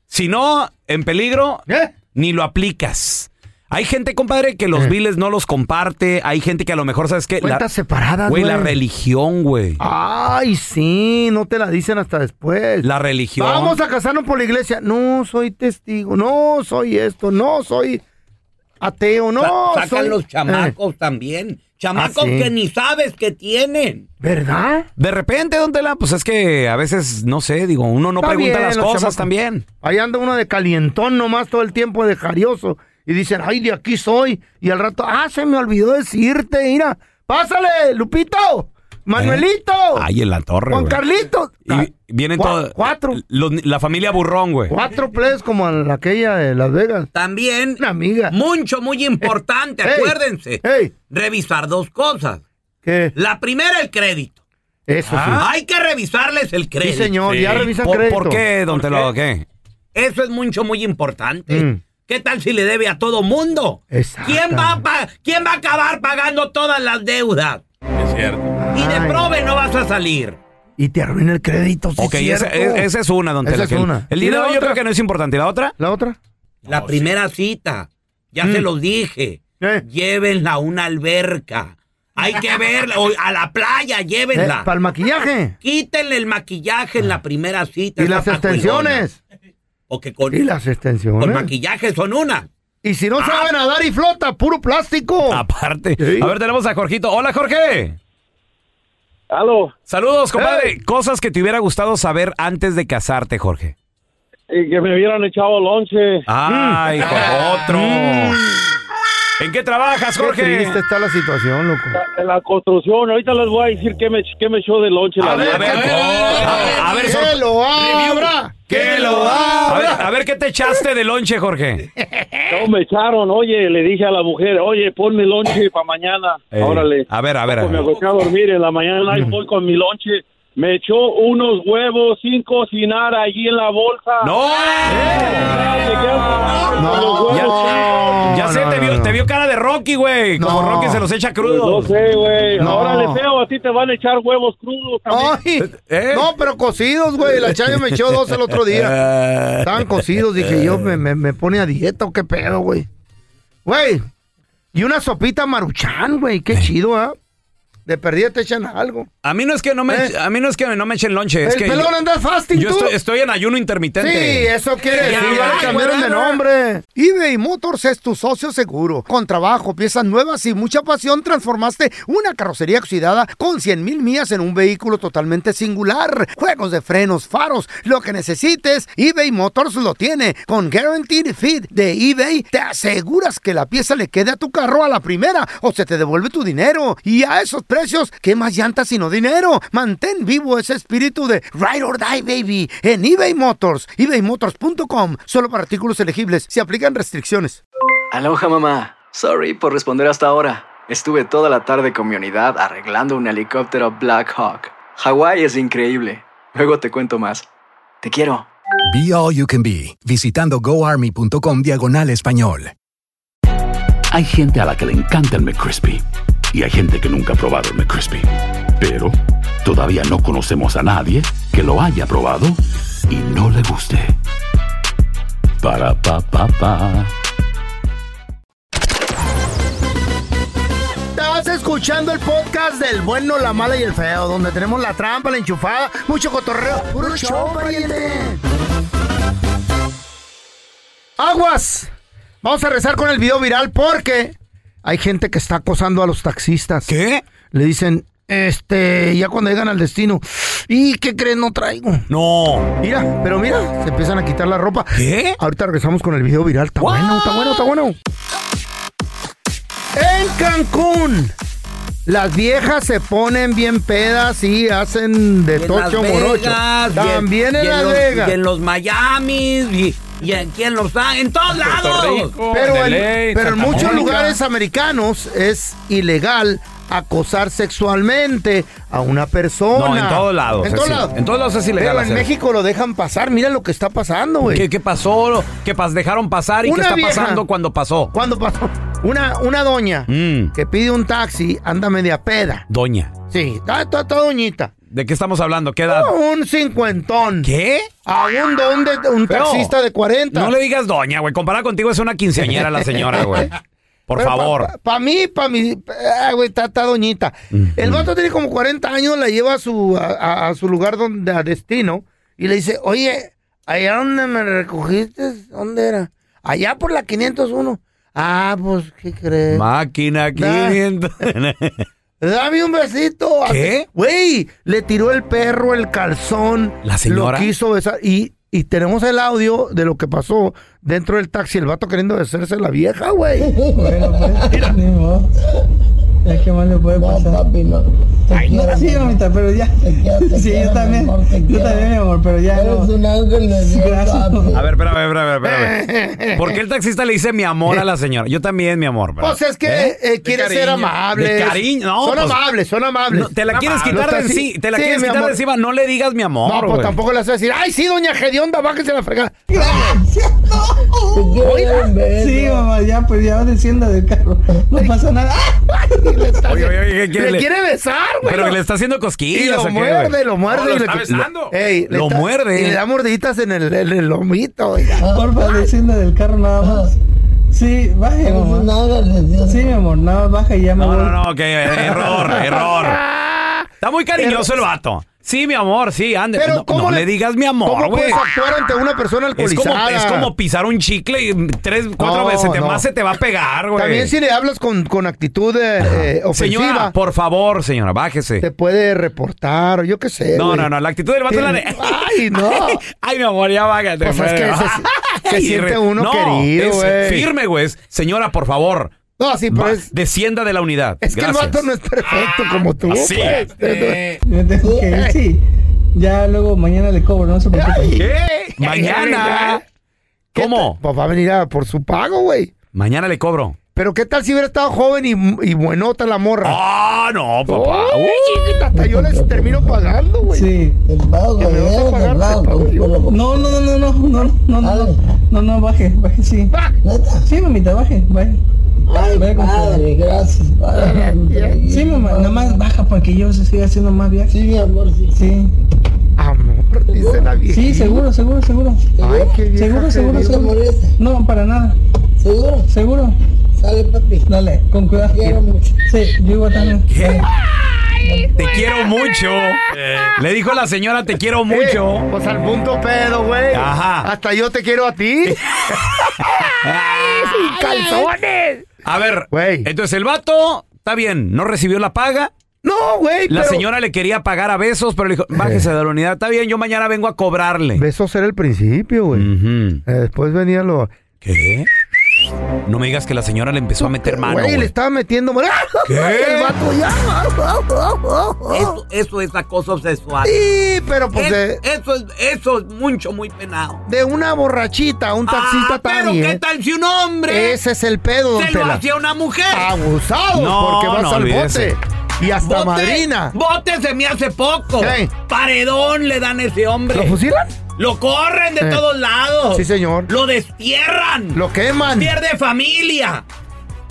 [SPEAKER 9] Si no, en peligro,
[SPEAKER 4] ¿Eh?
[SPEAKER 9] ni lo aplicas. Hay gente, compadre, que los biles no los comparte. Hay gente que a lo mejor, ¿sabes qué?
[SPEAKER 4] ¿Eh? Cuentas separadas,
[SPEAKER 9] Güey, Ah,
[SPEAKER 4] güey.
[SPEAKER 9] la religión, güey.
[SPEAKER 4] Ay, sí, no te la dicen hasta después.
[SPEAKER 9] La religión.
[SPEAKER 4] Vamos a casarnos por la iglesia. No soy testigo, no soy esto, no soy ateo, no.
[SPEAKER 3] Sa- sacan
[SPEAKER 4] soy-
[SPEAKER 3] los
[SPEAKER 4] Eh,
[SPEAKER 3] chamacos también. Chamacos
[SPEAKER 4] Ah, sí.
[SPEAKER 3] que ni sabes que tienen.
[SPEAKER 4] ¿Verdad?
[SPEAKER 9] De repente, ¿dónde la? Pues es que a veces, no sé, digo, uno no
[SPEAKER 4] Está
[SPEAKER 9] pregunta
[SPEAKER 4] bien,
[SPEAKER 9] las
[SPEAKER 4] los
[SPEAKER 9] cosas
[SPEAKER 4] chamacos.
[SPEAKER 9] también.
[SPEAKER 4] Ahí anda uno de calientón nomás todo el tiempo de jarioso. Y dicen, ay, de aquí soy. Y al rato, ah, se me olvidó decirte, mira. Pásale, Lupito,
[SPEAKER 9] ¿Eh?
[SPEAKER 4] Manuelito,
[SPEAKER 9] Ay, en la torre,
[SPEAKER 4] Juan
[SPEAKER 9] güey.
[SPEAKER 4] Carlitos. Ah,
[SPEAKER 9] Y vienen
[SPEAKER 4] cua-
[SPEAKER 9] todos.
[SPEAKER 4] Cuatro,
[SPEAKER 9] los- la familia burrón, güey.
[SPEAKER 4] cuatro plebes como en aquella de Las Vegas.
[SPEAKER 3] También,
[SPEAKER 4] Una amiga.
[SPEAKER 3] mucho, muy importante,
[SPEAKER 4] Ey,
[SPEAKER 3] acuérdense.
[SPEAKER 4] ey.
[SPEAKER 3] Revisar dos cosas.
[SPEAKER 4] ¿Qué?
[SPEAKER 3] La primera, el crédito. Ah.
[SPEAKER 4] Eso sí.
[SPEAKER 9] Ah.
[SPEAKER 3] Hay que revisarles el
[SPEAKER 4] Sí,
[SPEAKER 3] crédito.
[SPEAKER 4] señor, ya revisan
[SPEAKER 9] ¿Por,
[SPEAKER 4] crédito.
[SPEAKER 9] por qué, don Telo? ¿Qué?
[SPEAKER 3] Eso es mucho, muy importante.
[SPEAKER 4] Mm.
[SPEAKER 3] ¿Qué tal si le debe a todo mundo?
[SPEAKER 4] Exacto.
[SPEAKER 3] ¿Quién va, a pa- ¿Quién va a acabar pagando todas las deudas?
[SPEAKER 2] Es cierto.
[SPEAKER 3] Y de
[SPEAKER 4] Ay.
[SPEAKER 3] prove no vas a salir.
[SPEAKER 4] Y te arruina el crédito, sí
[SPEAKER 9] Ok,
[SPEAKER 4] es
[SPEAKER 9] esa,
[SPEAKER 4] cierto.
[SPEAKER 9] es- esa es una, don
[SPEAKER 4] Esa
[SPEAKER 9] Telo.
[SPEAKER 4] es
[SPEAKER 9] que el-
[SPEAKER 4] una.
[SPEAKER 9] El
[SPEAKER 4] ¿Y
[SPEAKER 9] día de
[SPEAKER 4] la
[SPEAKER 9] hoy yo
[SPEAKER 4] otra?
[SPEAKER 9] creo que no es importante. ¿La otra?
[SPEAKER 4] ¿La otra?
[SPEAKER 3] La primera cita. Ya se los dije.
[SPEAKER 4] Mm. Eh.
[SPEAKER 3] Llévenla a una alberca. Hay que verla. o a la playa, llévenla.
[SPEAKER 4] Para el Eh, maquillaje.
[SPEAKER 3] Quítenle el maquillaje en la primera cita.
[SPEAKER 4] Ah. Y
[SPEAKER 3] esa
[SPEAKER 4] las
[SPEAKER 3] pajuelona.
[SPEAKER 4] extensiones.
[SPEAKER 3] Porque con,
[SPEAKER 4] Y las
[SPEAKER 3] con
[SPEAKER 4] extensiones.
[SPEAKER 3] maquillaje son una.
[SPEAKER 4] Y si no sabe nadar y flota, puro plástico.
[SPEAKER 9] Ah. Aparte.
[SPEAKER 4] Sí.
[SPEAKER 9] A ver, tenemos a Jorgito. Hola, Jorge.
[SPEAKER 5] Aló,
[SPEAKER 9] Saludos, compadre. Cosas que te hubiera gustado saber antes de casarte, Jorge.
[SPEAKER 5] y que me hubieran echado lonche.
[SPEAKER 9] Ah. Ay, Jorge, otro. Mm. ¿En qué trabajas,
[SPEAKER 4] Qué
[SPEAKER 9] Jorge?
[SPEAKER 4] triste está la situación, loco.
[SPEAKER 5] En la construcción, ahorita les voy a decir que me, que me echó de lonche la
[SPEAKER 9] A
[SPEAKER 5] neta.
[SPEAKER 9] ver, a- a ver, sor-
[SPEAKER 4] que lo abra. Que lo
[SPEAKER 9] a ver,
[SPEAKER 4] abra.
[SPEAKER 9] a ver, ¿qué te echaste de lonche, Jorge?
[SPEAKER 5] No, me echaron, oye, le dije a la mujer, oye, ponme lonche para mañana.
[SPEAKER 9] Eh,
[SPEAKER 5] Órale.
[SPEAKER 9] A ver, a ver. a
[SPEAKER 5] Pues me
[SPEAKER 9] ver.
[SPEAKER 5] acosté a dormir en la mañana y voy con mi lonche. Me echó unos huevos sin cocinar allí en la bolsa.
[SPEAKER 9] ¡No!
[SPEAKER 5] No, los
[SPEAKER 4] No,
[SPEAKER 5] huevos
[SPEAKER 4] ya,
[SPEAKER 9] Ya sé,
[SPEAKER 4] no,
[SPEAKER 9] te,
[SPEAKER 4] no,
[SPEAKER 9] vio,
[SPEAKER 4] no.
[SPEAKER 9] te vio cara de Rocky, güey. Como
[SPEAKER 4] No.
[SPEAKER 9] Rocky se los echa
[SPEAKER 5] Pues
[SPEAKER 9] crudo.
[SPEAKER 5] no sé, güey.
[SPEAKER 4] No.
[SPEAKER 5] Ahora le feo, a ti te van a echar huevos crudos también.
[SPEAKER 4] Ay,
[SPEAKER 9] ¿Eh?
[SPEAKER 4] No, pero cocidos, güey. La Chayo me echó dos el otro día.
[SPEAKER 9] Eh,
[SPEAKER 4] Estaban cocidos. Dije yo, me, me, me pone a dieta o qué pedo, güey. Güey. Y una sopita maruchan, güey. Qué chido, ¿ah? De perdida te echan algo.
[SPEAKER 9] A mí no es que no me, a mí no es que no me echen lonche. es
[SPEAKER 4] Eh. El
[SPEAKER 9] que
[SPEAKER 4] pelón
[SPEAKER 9] yo-
[SPEAKER 4] anda fasting,
[SPEAKER 9] Yo
[SPEAKER 4] tú.
[SPEAKER 9] estoy, estoy en ayuno intermitente.
[SPEAKER 4] Sí, eh. eso quiere decir.
[SPEAKER 3] Ya,
[SPEAKER 4] Ya le
[SPEAKER 3] ya,
[SPEAKER 4] cambiaron de
[SPEAKER 3] ya.
[SPEAKER 4] nombre. eBay Motors es tu socio seguro. Con trabajo, piezas nuevas y mucha pasión, transformaste una carrocería oxidada con 100 mil millas en un vehículo totalmente singular. Juegos de frenos, faros, lo que necesites, eBay Motors lo tiene. Con Guaranteed Fit de eBay, te aseguras que la pieza le quede a tu carro a la primera o se te devuelve tu dinero. Y a esos precios, ¿qué más llantas sino dinero? Mantén vivo ese espíritu de Ride or Die, baby, en eBay Motors. ebaymotors.com. Solo para artículos elegibles. Se aplican restricciones.
[SPEAKER 10] Aloha mamá. Sorry por responder hasta ahora. Estuve toda la tarde con mi unidad arreglando un helicóptero Black Hawk. Hawái es increíble. Luego te cuento más. Te quiero.
[SPEAKER 11] Be All You Can Be, visitando goarmy.com diagonal español.
[SPEAKER 2] Hay gente a la que le encanta el McCrispy y hay gente que nunca ha probado el McCrispy. Pero todavía no conocemos a nadie que lo haya probado y no le guste. Para pa pa pa.
[SPEAKER 4] Estás escuchando el podcast del bueno, la mala y el feo, donde tenemos la trampa, la enchufada, mucho cotorreo. ¡Puro show, pariente! ¡Aguas! Vamos a rezar con el video viral porque hay gente que está acosando a los taxistas.
[SPEAKER 9] ¿Qué?
[SPEAKER 4] Le dicen, este, ya cuando llegan al destino, ¿y qué creen? No traigo.
[SPEAKER 9] No.
[SPEAKER 4] Mira, pero mira, se empiezan a quitar la ropa.
[SPEAKER 9] ¿Qué?
[SPEAKER 4] Ahorita regresamos con el video viral. Está bueno, está bueno, está bueno. En Cancún, las viejas se ponen bien pedas y hacen de
[SPEAKER 3] Y en
[SPEAKER 4] tocho
[SPEAKER 3] Las
[SPEAKER 4] morocho.
[SPEAKER 3] Vegas, y
[SPEAKER 4] También
[SPEAKER 3] y
[SPEAKER 4] en Las
[SPEAKER 3] los-
[SPEAKER 4] Vegas.
[SPEAKER 3] Y en los Miamis, y, y aquí en Los Ángeles, en todos lados.
[SPEAKER 4] Pero en,
[SPEAKER 12] Delay,
[SPEAKER 4] pero en
[SPEAKER 12] Santa
[SPEAKER 4] muchos
[SPEAKER 12] Mónica.
[SPEAKER 4] lugares americanos es ilegal acosar sexualmente a una persona.
[SPEAKER 9] No, en todos lados.
[SPEAKER 4] En
[SPEAKER 9] es
[SPEAKER 4] todos
[SPEAKER 9] ilegal.
[SPEAKER 4] lados.
[SPEAKER 9] En todos lados es ilegal.
[SPEAKER 4] Pero en
[SPEAKER 9] hacer eso.
[SPEAKER 4] México lo dejan pasar. Mira lo que está pasando, güey.
[SPEAKER 9] ¿Qué, qué pasó? ¿Qué pas dejaron pasar y
[SPEAKER 4] Una
[SPEAKER 9] qué está
[SPEAKER 4] vieja.
[SPEAKER 9] pasando cuando pasó?
[SPEAKER 4] ¿Cuándo pasó? Una, una doña
[SPEAKER 9] Mm.
[SPEAKER 4] que pide un taxi, anda media peda.
[SPEAKER 9] Doña.
[SPEAKER 4] Sí, está, está, está doñita.
[SPEAKER 9] ¿De qué estamos hablando? ¿Qué edad?
[SPEAKER 4] Un cincuentón.
[SPEAKER 9] ¿Qué?
[SPEAKER 4] A un don de un
[SPEAKER 9] Pero,
[SPEAKER 4] taxista de 40.
[SPEAKER 9] No le digas doña, güey. Comparada contigo es una quinceañera la señora, güey. Por
[SPEAKER 4] Pero pa-
[SPEAKER 9] favor.
[SPEAKER 4] Para mí, para mí, ah, güey, está, está doñita. El vato tiene como 40 años, la lleva a su, a, a- a su lugar donde, a destino y le dice, oye, allá donde me recogiste, ¿dónde era? Allá por la 501. Ah, pues, ¿qué crees?
[SPEAKER 9] Máquina 500.
[SPEAKER 4] Dame un besito.
[SPEAKER 9] ¿Qué?
[SPEAKER 4] Güey, le tiró el perro, el calzón.
[SPEAKER 9] ¿La señora?
[SPEAKER 4] Lo quiso besar. Y, y tenemos el audio de lo que pasó dentro del taxi. El vato queriendo besarse a la vieja, güey.
[SPEAKER 5] ¿Qué más le puede pasar? sí, mamita, pero ya. sí, yo también. Yo también, mi amor, pero ya. no. Gracias.
[SPEAKER 9] A ver, espérame, espérame, espérame.
[SPEAKER 4] Eh.
[SPEAKER 9] espérame. ¿Por qué el taxista le dice mi amor a la señora? Yo también, mi amor. pero-
[SPEAKER 4] Pues es que
[SPEAKER 9] ¿Eh?
[SPEAKER 4] eh, quiere
[SPEAKER 12] cariño.
[SPEAKER 4] ser amable.
[SPEAKER 9] De cariño, no,
[SPEAKER 4] Son
[SPEAKER 9] pues-
[SPEAKER 4] amables, son amables.
[SPEAKER 9] No, te la quieres
[SPEAKER 4] Amables.
[SPEAKER 9] quitar de
[SPEAKER 4] Los taxi-
[SPEAKER 9] encima, te la
[SPEAKER 4] Sí,
[SPEAKER 9] quieres
[SPEAKER 4] mi
[SPEAKER 9] quitar
[SPEAKER 4] amor.
[SPEAKER 9] de encima, no le digas mi amor,
[SPEAKER 4] No, pues
[SPEAKER 9] güey.
[SPEAKER 4] tampoco le vas a decir, ay, sí, doña Gedionda, bájese la fregada. Oiga,
[SPEAKER 5] Sí, mamá, ya, pues ya descienda del carro. No pasa nada.
[SPEAKER 9] Oye, oye, oye, ¿qué quiere?
[SPEAKER 4] le quiere besar, güey.
[SPEAKER 9] Pero le está haciendo
[SPEAKER 4] Y
[SPEAKER 9] cosquillas,
[SPEAKER 4] lo
[SPEAKER 9] ¿o qué, güey?
[SPEAKER 4] muerde, lo muerde.
[SPEAKER 12] No, lo
[SPEAKER 4] y
[SPEAKER 12] está
[SPEAKER 4] le-
[SPEAKER 12] besando.
[SPEAKER 4] Ey, le
[SPEAKER 9] Lo
[SPEAKER 4] está-
[SPEAKER 9] muerde.
[SPEAKER 4] Y le da mordiditas en el, en el lomito. oiga.
[SPEAKER 5] Porfa, descienda del carro nada más. Sí, baje, mamá. Sí, mi amor, nada, más baja y ya me
[SPEAKER 9] No,
[SPEAKER 5] voy.
[SPEAKER 9] no, no, que error, error. Está muy cariñoso el vato. Sí, mi amor, sí, ande.
[SPEAKER 4] Pero
[SPEAKER 9] no,
[SPEAKER 4] ¿cómo
[SPEAKER 9] no
[SPEAKER 4] le-
[SPEAKER 9] le, digas mi amor,
[SPEAKER 4] ¿Cómo
[SPEAKER 9] güey.
[SPEAKER 4] puedes actuar ante una persona
[SPEAKER 9] Es como,
[SPEAKER 4] alcoholizada?
[SPEAKER 9] es como pisar un chicle y tres, cuatro
[SPEAKER 4] No,
[SPEAKER 9] veces te-
[SPEAKER 4] no.
[SPEAKER 9] más se te va a pegar, güey.
[SPEAKER 4] También si le hablas con, con actitud eh, eh, ofensiva,
[SPEAKER 9] Señora, por favor, señora, bájese.
[SPEAKER 4] te puede reportar, o yo qué sé.
[SPEAKER 9] No,
[SPEAKER 4] güey.
[SPEAKER 9] no, no, la actitud del vato es la de...
[SPEAKER 4] Ay, no.
[SPEAKER 9] Ay, mi amor, ya bájate.
[SPEAKER 4] Pues es que
[SPEAKER 9] güey.
[SPEAKER 4] se- se
[SPEAKER 9] Ay,
[SPEAKER 4] siente
[SPEAKER 9] re-
[SPEAKER 4] uno querido,
[SPEAKER 9] es
[SPEAKER 4] güey.
[SPEAKER 9] Firme, güey. es, Señora, por favor,
[SPEAKER 4] No, sí, pero
[SPEAKER 9] va-
[SPEAKER 4] es,
[SPEAKER 9] descienda de la unidad.
[SPEAKER 4] es que el
[SPEAKER 9] Gracias.
[SPEAKER 4] vato no es perfecto como tú.
[SPEAKER 9] Así
[SPEAKER 4] pues.
[SPEAKER 5] Me tengo que ir, sí. Ya luego mañana le cobro, no se preocupe.
[SPEAKER 4] Ay,
[SPEAKER 9] ¿Qué? Mañana.
[SPEAKER 4] ¿qué
[SPEAKER 9] ¿Cómo?
[SPEAKER 4] tal? Pues va a venir a por su pago, güey.
[SPEAKER 9] Mañana le cobro.
[SPEAKER 4] Pero qué tal si hubiera estado joven y, y buenota la morra.
[SPEAKER 9] Ah, no, papá.
[SPEAKER 4] Ay, chiquita, hasta yo les termino pagando, güey.
[SPEAKER 5] Sí.
[SPEAKER 4] Que me vas a pagar, te pago yo.
[SPEAKER 5] No, no, no, no, no, no, no, no, no, no, baje, baje, sí.
[SPEAKER 4] Ah,
[SPEAKER 5] Sí, mamita, baje, baje. Baje con todo. Sí, mamá, nomás baja para que yo se siga haciendo más viajes. Sí, mi amor, sí. Sí,
[SPEAKER 4] Amor, dice la vieja.
[SPEAKER 5] seguro, seguro, seguro.
[SPEAKER 4] Ay, qué vieja
[SPEAKER 5] Seguro,
[SPEAKER 4] que
[SPEAKER 5] seguro,
[SPEAKER 4] digo.
[SPEAKER 5] seguro. No, para nada. ¿Seguro? Seguro. Dale, papi. Dale, con cuidado. Sí, yo igual también. Dale.
[SPEAKER 4] Oh.
[SPEAKER 9] Te quiero mucho. Le dijo la señora, te quiero mucho.
[SPEAKER 4] pues al punto pedo, güey.
[SPEAKER 9] Ajá.
[SPEAKER 4] Hasta yo te quiero a ti. ¡Ay, calzones!
[SPEAKER 9] A ver, entonces el vato, está bien, no recibió la paga.
[SPEAKER 4] No, güey.
[SPEAKER 9] La
[SPEAKER 4] pero-
[SPEAKER 9] señora le quería pagar a besos, pero le dijo, bájese de la unidad, está bien, yo mañana vengo a cobrarle.
[SPEAKER 4] Besos era el principio, güey.
[SPEAKER 9] Mm.
[SPEAKER 4] Eh, después venía lo.
[SPEAKER 9] ¿Qué? No me digas que la señora le empezó a meter mano.
[SPEAKER 4] Güey, le
[SPEAKER 9] güey.
[SPEAKER 4] estaba metiendo.
[SPEAKER 9] ¿Qué?
[SPEAKER 4] El vato ya.
[SPEAKER 3] Eso, eso es acoso sexual.
[SPEAKER 4] Sí, pero pues
[SPEAKER 3] Es-
[SPEAKER 4] de-
[SPEAKER 3] eso, es, eso es mucho, muy penado.
[SPEAKER 4] De una borrachita, un taxista
[SPEAKER 3] Ah, Pero
[SPEAKER 4] también.
[SPEAKER 3] ¿qué tal si un hombre
[SPEAKER 4] Ese es el pedo, don
[SPEAKER 3] se lo
[SPEAKER 4] Tela.
[SPEAKER 3] hacía una mujer?
[SPEAKER 4] Abusados,
[SPEAKER 3] No,
[SPEAKER 4] porque vas
[SPEAKER 3] no,
[SPEAKER 4] al
[SPEAKER 3] olvídese.
[SPEAKER 4] bote. Y hasta
[SPEAKER 3] Bote-
[SPEAKER 4] madrina.
[SPEAKER 3] Bote se me hace poco.
[SPEAKER 4] Ey.
[SPEAKER 3] Paredón le dan a ese hombre.
[SPEAKER 4] ¿Lo fusilan?
[SPEAKER 3] Lo corren de
[SPEAKER 4] Eh.
[SPEAKER 3] todos lados.
[SPEAKER 4] Sí, señor.
[SPEAKER 3] Oh. Lo destierran.
[SPEAKER 4] Lo queman.
[SPEAKER 3] Pierde familia.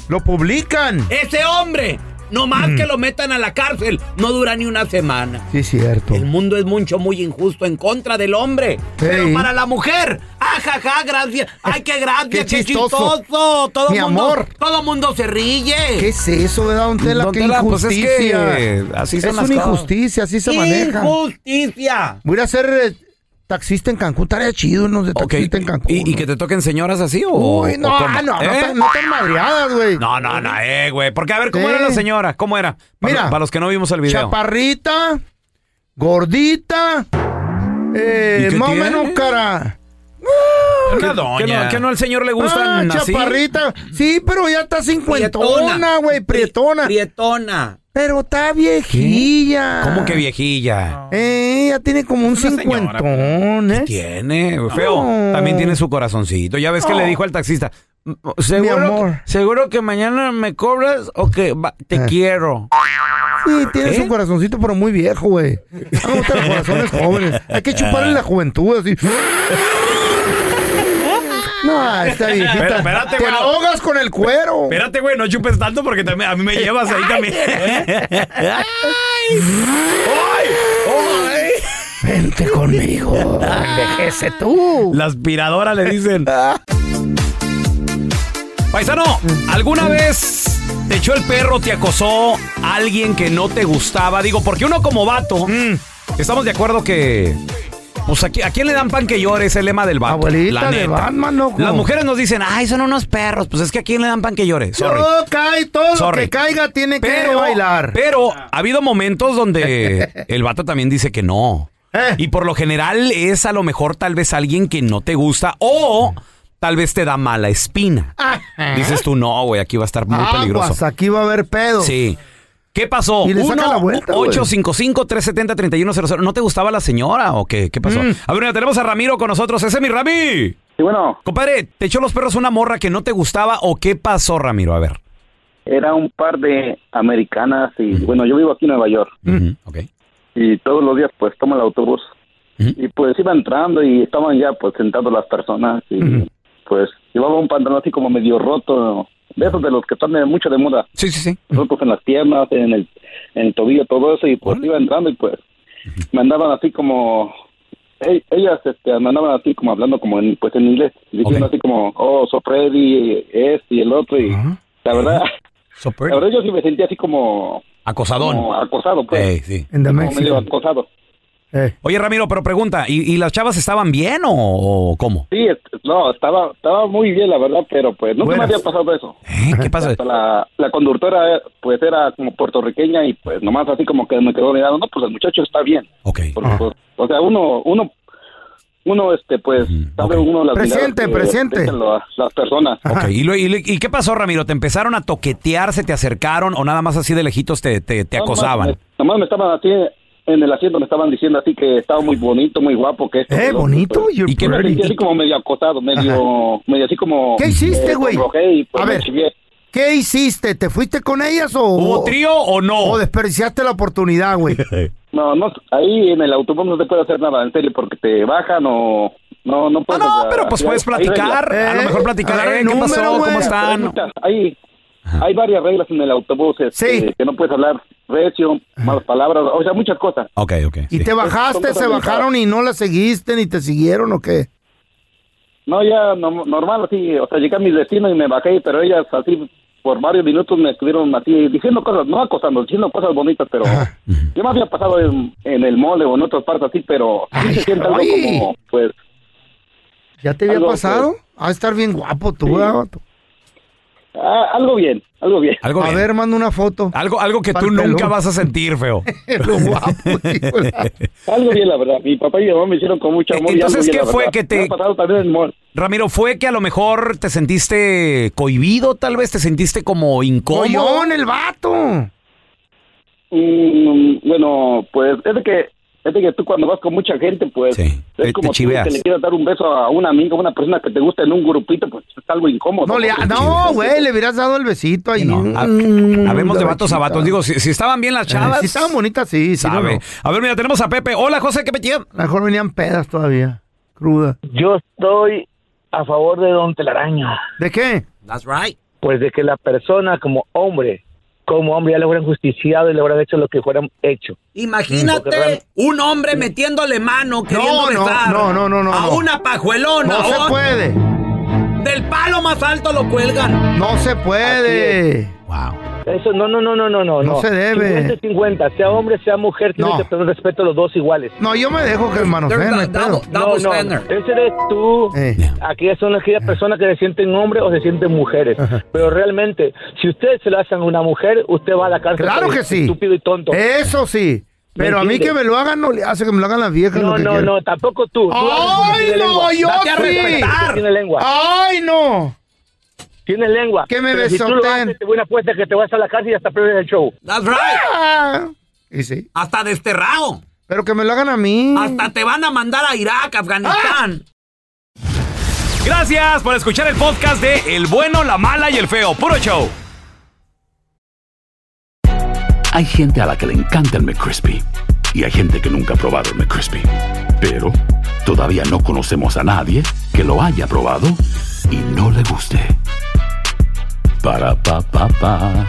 [SPEAKER 4] Lo publican.
[SPEAKER 3] Ese hombre, nomás
[SPEAKER 4] Mm.
[SPEAKER 3] que lo metan a la cárcel, no dura ni una semana.
[SPEAKER 4] Sí, cierto.
[SPEAKER 3] El mundo es mucho, muy injusto en contra del hombre. Pero para la mujer, ajaja, gracias. Ay, qué gracias,
[SPEAKER 4] Qué
[SPEAKER 3] qué,
[SPEAKER 4] chistoso.
[SPEAKER 3] chistoso. Todo
[SPEAKER 4] Mi
[SPEAKER 3] mundo,
[SPEAKER 4] amor.
[SPEAKER 3] Todo mundo se ríe.
[SPEAKER 4] ¿Qué es eso, verdad, don Tela?
[SPEAKER 3] Don
[SPEAKER 4] Qué
[SPEAKER 3] Tela, pues, es que,
[SPEAKER 4] injusticia.
[SPEAKER 9] eh, así son
[SPEAKER 4] es
[SPEAKER 9] las
[SPEAKER 4] una
[SPEAKER 9] cosas.
[SPEAKER 4] injusticia, así se maneja.
[SPEAKER 3] Injusticia.
[SPEAKER 4] Voy a ir a ser eh, taxista en Cancún, estaría chido, ¿no? De taxista en Cancún.
[SPEAKER 9] ¿Y, y que te toquen señoras así o.?
[SPEAKER 4] Uy, no,
[SPEAKER 9] o
[SPEAKER 4] ah, no, no
[SPEAKER 9] ¿Eh?
[SPEAKER 4] tan- no tan madreadas, güey.
[SPEAKER 9] No, no, no, eh, güey. Porque a ver, ¿cómo era la señora? ¿Cómo era? Para,
[SPEAKER 4] Mira.
[SPEAKER 9] para los que no vimos el video.
[SPEAKER 4] Chaparrita, gordita, eh,
[SPEAKER 9] ¿Y qué
[SPEAKER 4] más o
[SPEAKER 9] tiene?
[SPEAKER 4] menos cara.
[SPEAKER 9] ¿Qué- qué no- qué no al señor le
[SPEAKER 4] Ah,
[SPEAKER 9] gustan así?
[SPEAKER 4] chaparrita. Sí, pero ya está cincuentona,
[SPEAKER 3] Prietona.
[SPEAKER 4] güey, prietona.
[SPEAKER 3] Prietona.
[SPEAKER 4] Pero está viejilla.
[SPEAKER 9] ¿Cómo que viejilla?
[SPEAKER 4] Eh, ya tiene como un cincuentón, ¿eh?
[SPEAKER 9] pues. Tiene, feo.
[SPEAKER 4] No.
[SPEAKER 9] También tiene su corazoncito. Ya ves que le dijo al taxista. "M-
[SPEAKER 4] Mi
[SPEAKER 9] Seguro,
[SPEAKER 4] amor.
[SPEAKER 9] que- seguro que mañana me cobras o que va- te quiero.
[SPEAKER 4] Sí, tiene
[SPEAKER 9] ¿Eh?
[SPEAKER 4] su corazoncito, pero muy viejo, güey. A mí me gustan los corazones jóvenes. Hay que chuparle la juventud, así. No, esta viejita.
[SPEAKER 9] Pero espérate,
[SPEAKER 4] Te
[SPEAKER 9] güey, no.
[SPEAKER 4] ahogas con el cuero.
[SPEAKER 9] Espérate, güey, no chupes tanto porque también a mí me llevas ahí también.
[SPEAKER 4] Vente conmigo. Envejece tú.
[SPEAKER 9] La aspiradora le dicen. Paisano,
[SPEAKER 4] Mm.
[SPEAKER 9] ¿alguna vez te echó el perro, te acosó alguien que no te gustaba? Digo, porque uno como vato,
[SPEAKER 4] Mm.
[SPEAKER 9] estamos de acuerdo que. Pues aquí, ¿a quién le dan pan que llore? Es el lema del vato.
[SPEAKER 4] Abuelita
[SPEAKER 9] la
[SPEAKER 4] de
[SPEAKER 9] neta.
[SPEAKER 4] Batman, loco.
[SPEAKER 9] Las mujeres nos dicen, ay, son unos perros. Pues es que a quién le dan pan que llore. Sorry.
[SPEAKER 4] Todo cae, todo
[SPEAKER 9] Sorry.
[SPEAKER 4] lo que caiga tiene que
[SPEAKER 9] Pero,
[SPEAKER 4] bailar.
[SPEAKER 9] pero ha habido momentos donde el vato también dice que no.
[SPEAKER 4] Eh.
[SPEAKER 9] Y por lo general es a lo mejor tal vez alguien que no te gusta o tal vez te da mala espina. Dices tú, no, güey, aquí va a estar muy
[SPEAKER 4] Ah. Aguas,
[SPEAKER 9] peligroso.
[SPEAKER 4] aquí va a haber pedo.
[SPEAKER 9] Sí. ¿Qué pasó?
[SPEAKER 4] Y le saca la vuelta, güey.
[SPEAKER 9] 855-370-3100. ¿No te gustaba la señora o qué? ¿Qué pasó?
[SPEAKER 4] Mm.
[SPEAKER 9] A ver, mira, tenemos a Ramiro con nosotros. Ese es mi Rami.
[SPEAKER 5] Y bueno,
[SPEAKER 9] Compadre, ¿te echó los perros una morra que no te gustaba o qué pasó, Ramiro? A ver.
[SPEAKER 5] era un par de americanas y bueno, yo vivo aquí en Nueva York.
[SPEAKER 4] Mm.
[SPEAKER 5] Y todos los días pues tomo el autobús. Y pues iba entrando y estaban ya pues sentando las personas y pues llevaba un pantalón así como medio roto, de esos de los que están de- mucho de moda.
[SPEAKER 9] Sí, sí, sí.
[SPEAKER 5] Rotos en las piernas, en el, en el tobillo, todo eso y pues iba entrando y pues me andaban así como e- ellas este, me andaban así como hablando como en, pues en inglés, diciendo así como, oh, so Freddy, este y el otro y la verdad... La verdad yo sí me sentía así como...
[SPEAKER 9] Acosadón.
[SPEAKER 5] como acosado, pues.
[SPEAKER 9] Ey, sí.
[SPEAKER 4] En the
[SPEAKER 5] Como
[SPEAKER 4] Mexican. Eh,
[SPEAKER 5] medio acosado.
[SPEAKER 9] Oye, Ramiro, pero pregunta, ¿y, y las chavas estaban bien o, o cómo?
[SPEAKER 5] Sí, es- no, estaba estaba muy bien, la verdad, pero pues nunca
[SPEAKER 9] Buenas.
[SPEAKER 5] me había pasado eso.
[SPEAKER 9] ¿Eh? ¿Qué pasa?
[SPEAKER 5] Hasta La, la conductora, eh, pues, era como puertorriqueña y pues nomás así como que me quedó mirando, no, pues el muchacho está bien.
[SPEAKER 9] Ok.
[SPEAKER 5] O sea, uno, uno, uno, este, pues, sabe uno las
[SPEAKER 4] Presente,
[SPEAKER 5] miradas que
[SPEAKER 4] presente.
[SPEAKER 5] echan lo- las personas.
[SPEAKER 9] Ok, ¿Y, lo- y lo- y qué pasó, Ramiro? ¿Te empezaron a toquetear, se te acercaron o nada más así de lejitos te, te- te acosaban?
[SPEAKER 5] Nomás me estaban así, en el asiento me estaban diciendo así que estaba muy bonito, muy guapo, que esto.
[SPEAKER 4] Eh,
[SPEAKER 5] que lo otro,
[SPEAKER 4] bonito,
[SPEAKER 5] pues.
[SPEAKER 4] you're
[SPEAKER 5] Y que me
[SPEAKER 4] pretty.
[SPEAKER 5] sentí así como medio acosado, medio, medio así como...
[SPEAKER 4] ¿Qué hiciste,
[SPEAKER 5] eh,
[SPEAKER 4] güey?
[SPEAKER 5] sonrojé y, pues,
[SPEAKER 4] A
[SPEAKER 5] me
[SPEAKER 4] ver.
[SPEAKER 5] chillé.
[SPEAKER 4] ¿Qué hiciste? ¿Te fuiste con ellas o...?
[SPEAKER 9] ¿Hubo trío o no?
[SPEAKER 4] O desperdiciaste la oportunidad, güey.
[SPEAKER 5] No, no, ahí en el autobús no te puede hacer nada, en serio, porque te bajan o... No, no puedes...
[SPEAKER 9] no,
[SPEAKER 5] o sea,
[SPEAKER 9] pero pues
[SPEAKER 5] hay-
[SPEAKER 9] puedes
[SPEAKER 5] hay
[SPEAKER 9] platicar,
[SPEAKER 5] reglas.
[SPEAKER 9] a lo mejor platicar,
[SPEAKER 4] agarra
[SPEAKER 9] eh,
[SPEAKER 4] el
[SPEAKER 9] ¿qué pasó?
[SPEAKER 4] número, güey.
[SPEAKER 9] ¿Cómo
[SPEAKER 5] Hay,
[SPEAKER 9] están?
[SPEAKER 5] muchas- hay, hay varias reglas en el autobús este, que no puedes hablar recio, malas palabras, o sea, muchas cosas.
[SPEAKER 9] Ok, ok.
[SPEAKER 4] ¿Y te bajaste, se bajaron y no la seguiste ni te siguieron o qué?
[SPEAKER 5] No, ya no- normal, así, o sea, llegué a mis destinos y me bajé, pero ellas así por varios minutos me estuvieron así diciendo cosas, no acosando, diciendo cosas bonitas, pero yo me había pasado en, en el mole o en otras partes así, pero sí se siente algo
[SPEAKER 4] ay.
[SPEAKER 5] como, pues,
[SPEAKER 4] ¿Ya te había
[SPEAKER 5] Algo,
[SPEAKER 4] pasado? A estar bien guapo tú, ¿verdad, vato?
[SPEAKER 5] ah, algo bien, algo bien.
[SPEAKER 13] Algo
[SPEAKER 4] A
[SPEAKER 13] bien.
[SPEAKER 4] ver, manda una foto.
[SPEAKER 9] Ah.
[SPEAKER 13] Algo, algo que tú
[SPEAKER 4] Pa'l pelón.
[SPEAKER 13] nunca vas a sentir, feo.
[SPEAKER 5] Algo bien, la verdad. Mi papá y mi mamá me hicieron con mucho amor.
[SPEAKER 13] E,
[SPEAKER 5] y
[SPEAKER 13] Entonces,
[SPEAKER 5] algo bien,
[SPEAKER 13] ¿qué
[SPEAKER 5] la
[SPEAKER 13] fue
[SPEAKER 5] verdad.
[SPEAKER 13] que te-
[SPEAKER 5] Me ha pasado también en el mall.
[SPEAKER 13] Ramiro, ¿fue que a lo mejor te sentiste cohibido, tal vez? ¿Te sentiste como incómodo?
[SPEAKER 4] ¡Collón, el vato!
[SPEAKER 5] Mm, bueno, pues es de que es de que tú cuando vas con mucha gente, pues
[SPEAKER 13] te- te
[SPEAKER 5] es como tú
[SPEAKER 13] chiveas.
[SPEAKER 5] que le quieras dar un beso a un amigo, a una persona que te gusta en un grupito, pues es algo incómodo.
[SPEAKER 4] No, le,
[SPEAKER 5] Porque-
[SPEAKER 4] no, güey, le hubieras dado el besito ahí. Mm,
[SPEAKER 13] Habemos
[SPEAKER 4] Habemos
[SPEAKER 13] de vatos a vatos. Digo, si, si estaban bien
[SPEAKER 4] Eh,
[SPEAKER 13] las chavas.
[SPEAKER 4] si estaban bonitas, sí, sí, no,
[SPEAKER 13] sabe.
[SPEAKER 4] no.
[SPEAKER 13] A ver, mira, tenemos a Pepe. Hola, José, ¿qué metía?
[SPEAKER 4] A lo mejor venían pedas todavía, cruda.
[SPEAKER 8] Yo estoy a favor de Don Telaraño.
[SPEAKER 4] ¿De qué?
[SPEAKER 3] That's right.
[SPEAKER 8] Pues de que la persona como hombre, como hombre ya le hubieran justiciado y le hubieran hecho lo que fueran hecho. Porque real-
[SPEAKER 3] Imagínate un hombre metiéndole mano, queriendo
[SPEAKER 8] no,
[SPEAKER 3] besar
[SPEAKER 8] no, no, no, no,
[SPEAKER 3] a
[SPEAKER 8] no.
[SPEAKER 3] una pajuelona.
[SPEAKER 4] No se
[SPEAKER 3] o-
[SPEAKER 4] puede.
[SPEAKER 3] Del palo más alto lo cuelgan.
[SPEAKER 4] No se puede.
[SPEAKER 8] Eso no, no, no, no, no, no.
[SPEAKER 4] No se debe.
[SPEAKER 8] 50 y 50, sea hombre, sea mujer, tiene que tener respeto a los dos iguales.
[SPEAKER 4] No, yo me dejo que hermano sea, no hay pedo. Eh,
[SPEAKER 8] No, no, ese eres tú. Aquellas son aquellas personas que se sienten hombres o se sienten mujeres. Pero realmente, si ustedes se lo hacen a una mujer, usted va a la cárcel.
[SPEAKER 4] Claro
[SPEAKER 8] por
[SPEAKER 4] que sí.
[SPEAKER 8] Estúpido y tonto.
[SPEAKER 4] Eso sí.
[SPEAKER 8] ¿Me
[SPEAKER 4] Pero a mí
[SPEAKER 8] entiendes?
[SPEAKER 4] que me lo hagan, no le hace que me lo hagan las viejas.
[SPEAKER 8] No,
[SPEAKER 4] lo que
[SPEAKER 8] no,
[SPEAKER 4] quieran.
[SPEAKER 8] no, tampoco tú.
[SPEAKER 4] Ah.
[SPEAKER 8] Tú hablas
[SPEAKER 4] ¡Ay,
[SPEAKER 8] porque tiene
[SPEAKER 4] no!
[SPEAKER 8] lengua.
[SPEAKER 4] ¡Yo
[SPEAKER 8] Date a
[SPEAKER 4] sí!
[SPEAKER 8] respetar, porque tiene lengua.
[SPEAKER 4] ¡Ay, no!
[SPEAKER 8] Tienes lengua.
[SPEAKER 4] Que me
[SPEAKER 8] Pero si tú lo
[SPEAKER 4] besoteen.
[SPEAKER 8] haces, Te voy a una apuesta que te vas a la cárcel y hasta pierdes el show.
[SPEAKER 3] That's right.
[SPEAKER 4] Ah. Y sí.
[SPEAKER 3] Hasta desterrado.
[SPEAKER 4] Pero que me lo hagan a mí.
[SPEAKER 3] Hasta te van a mandar a Irak, Afganistán.
[SPEAKER 13] Gracias por escuchar el podcast de El Bueno, la Mala y el Feo. Puro show.
[SPEAKER 14] Hay gente a la que le encanta el McCrispy y hay gente que nunca ha probado el McCrispy. Pero todavía no conocemos a nadie que lo haya probado y no le guste. Para pa pa pa.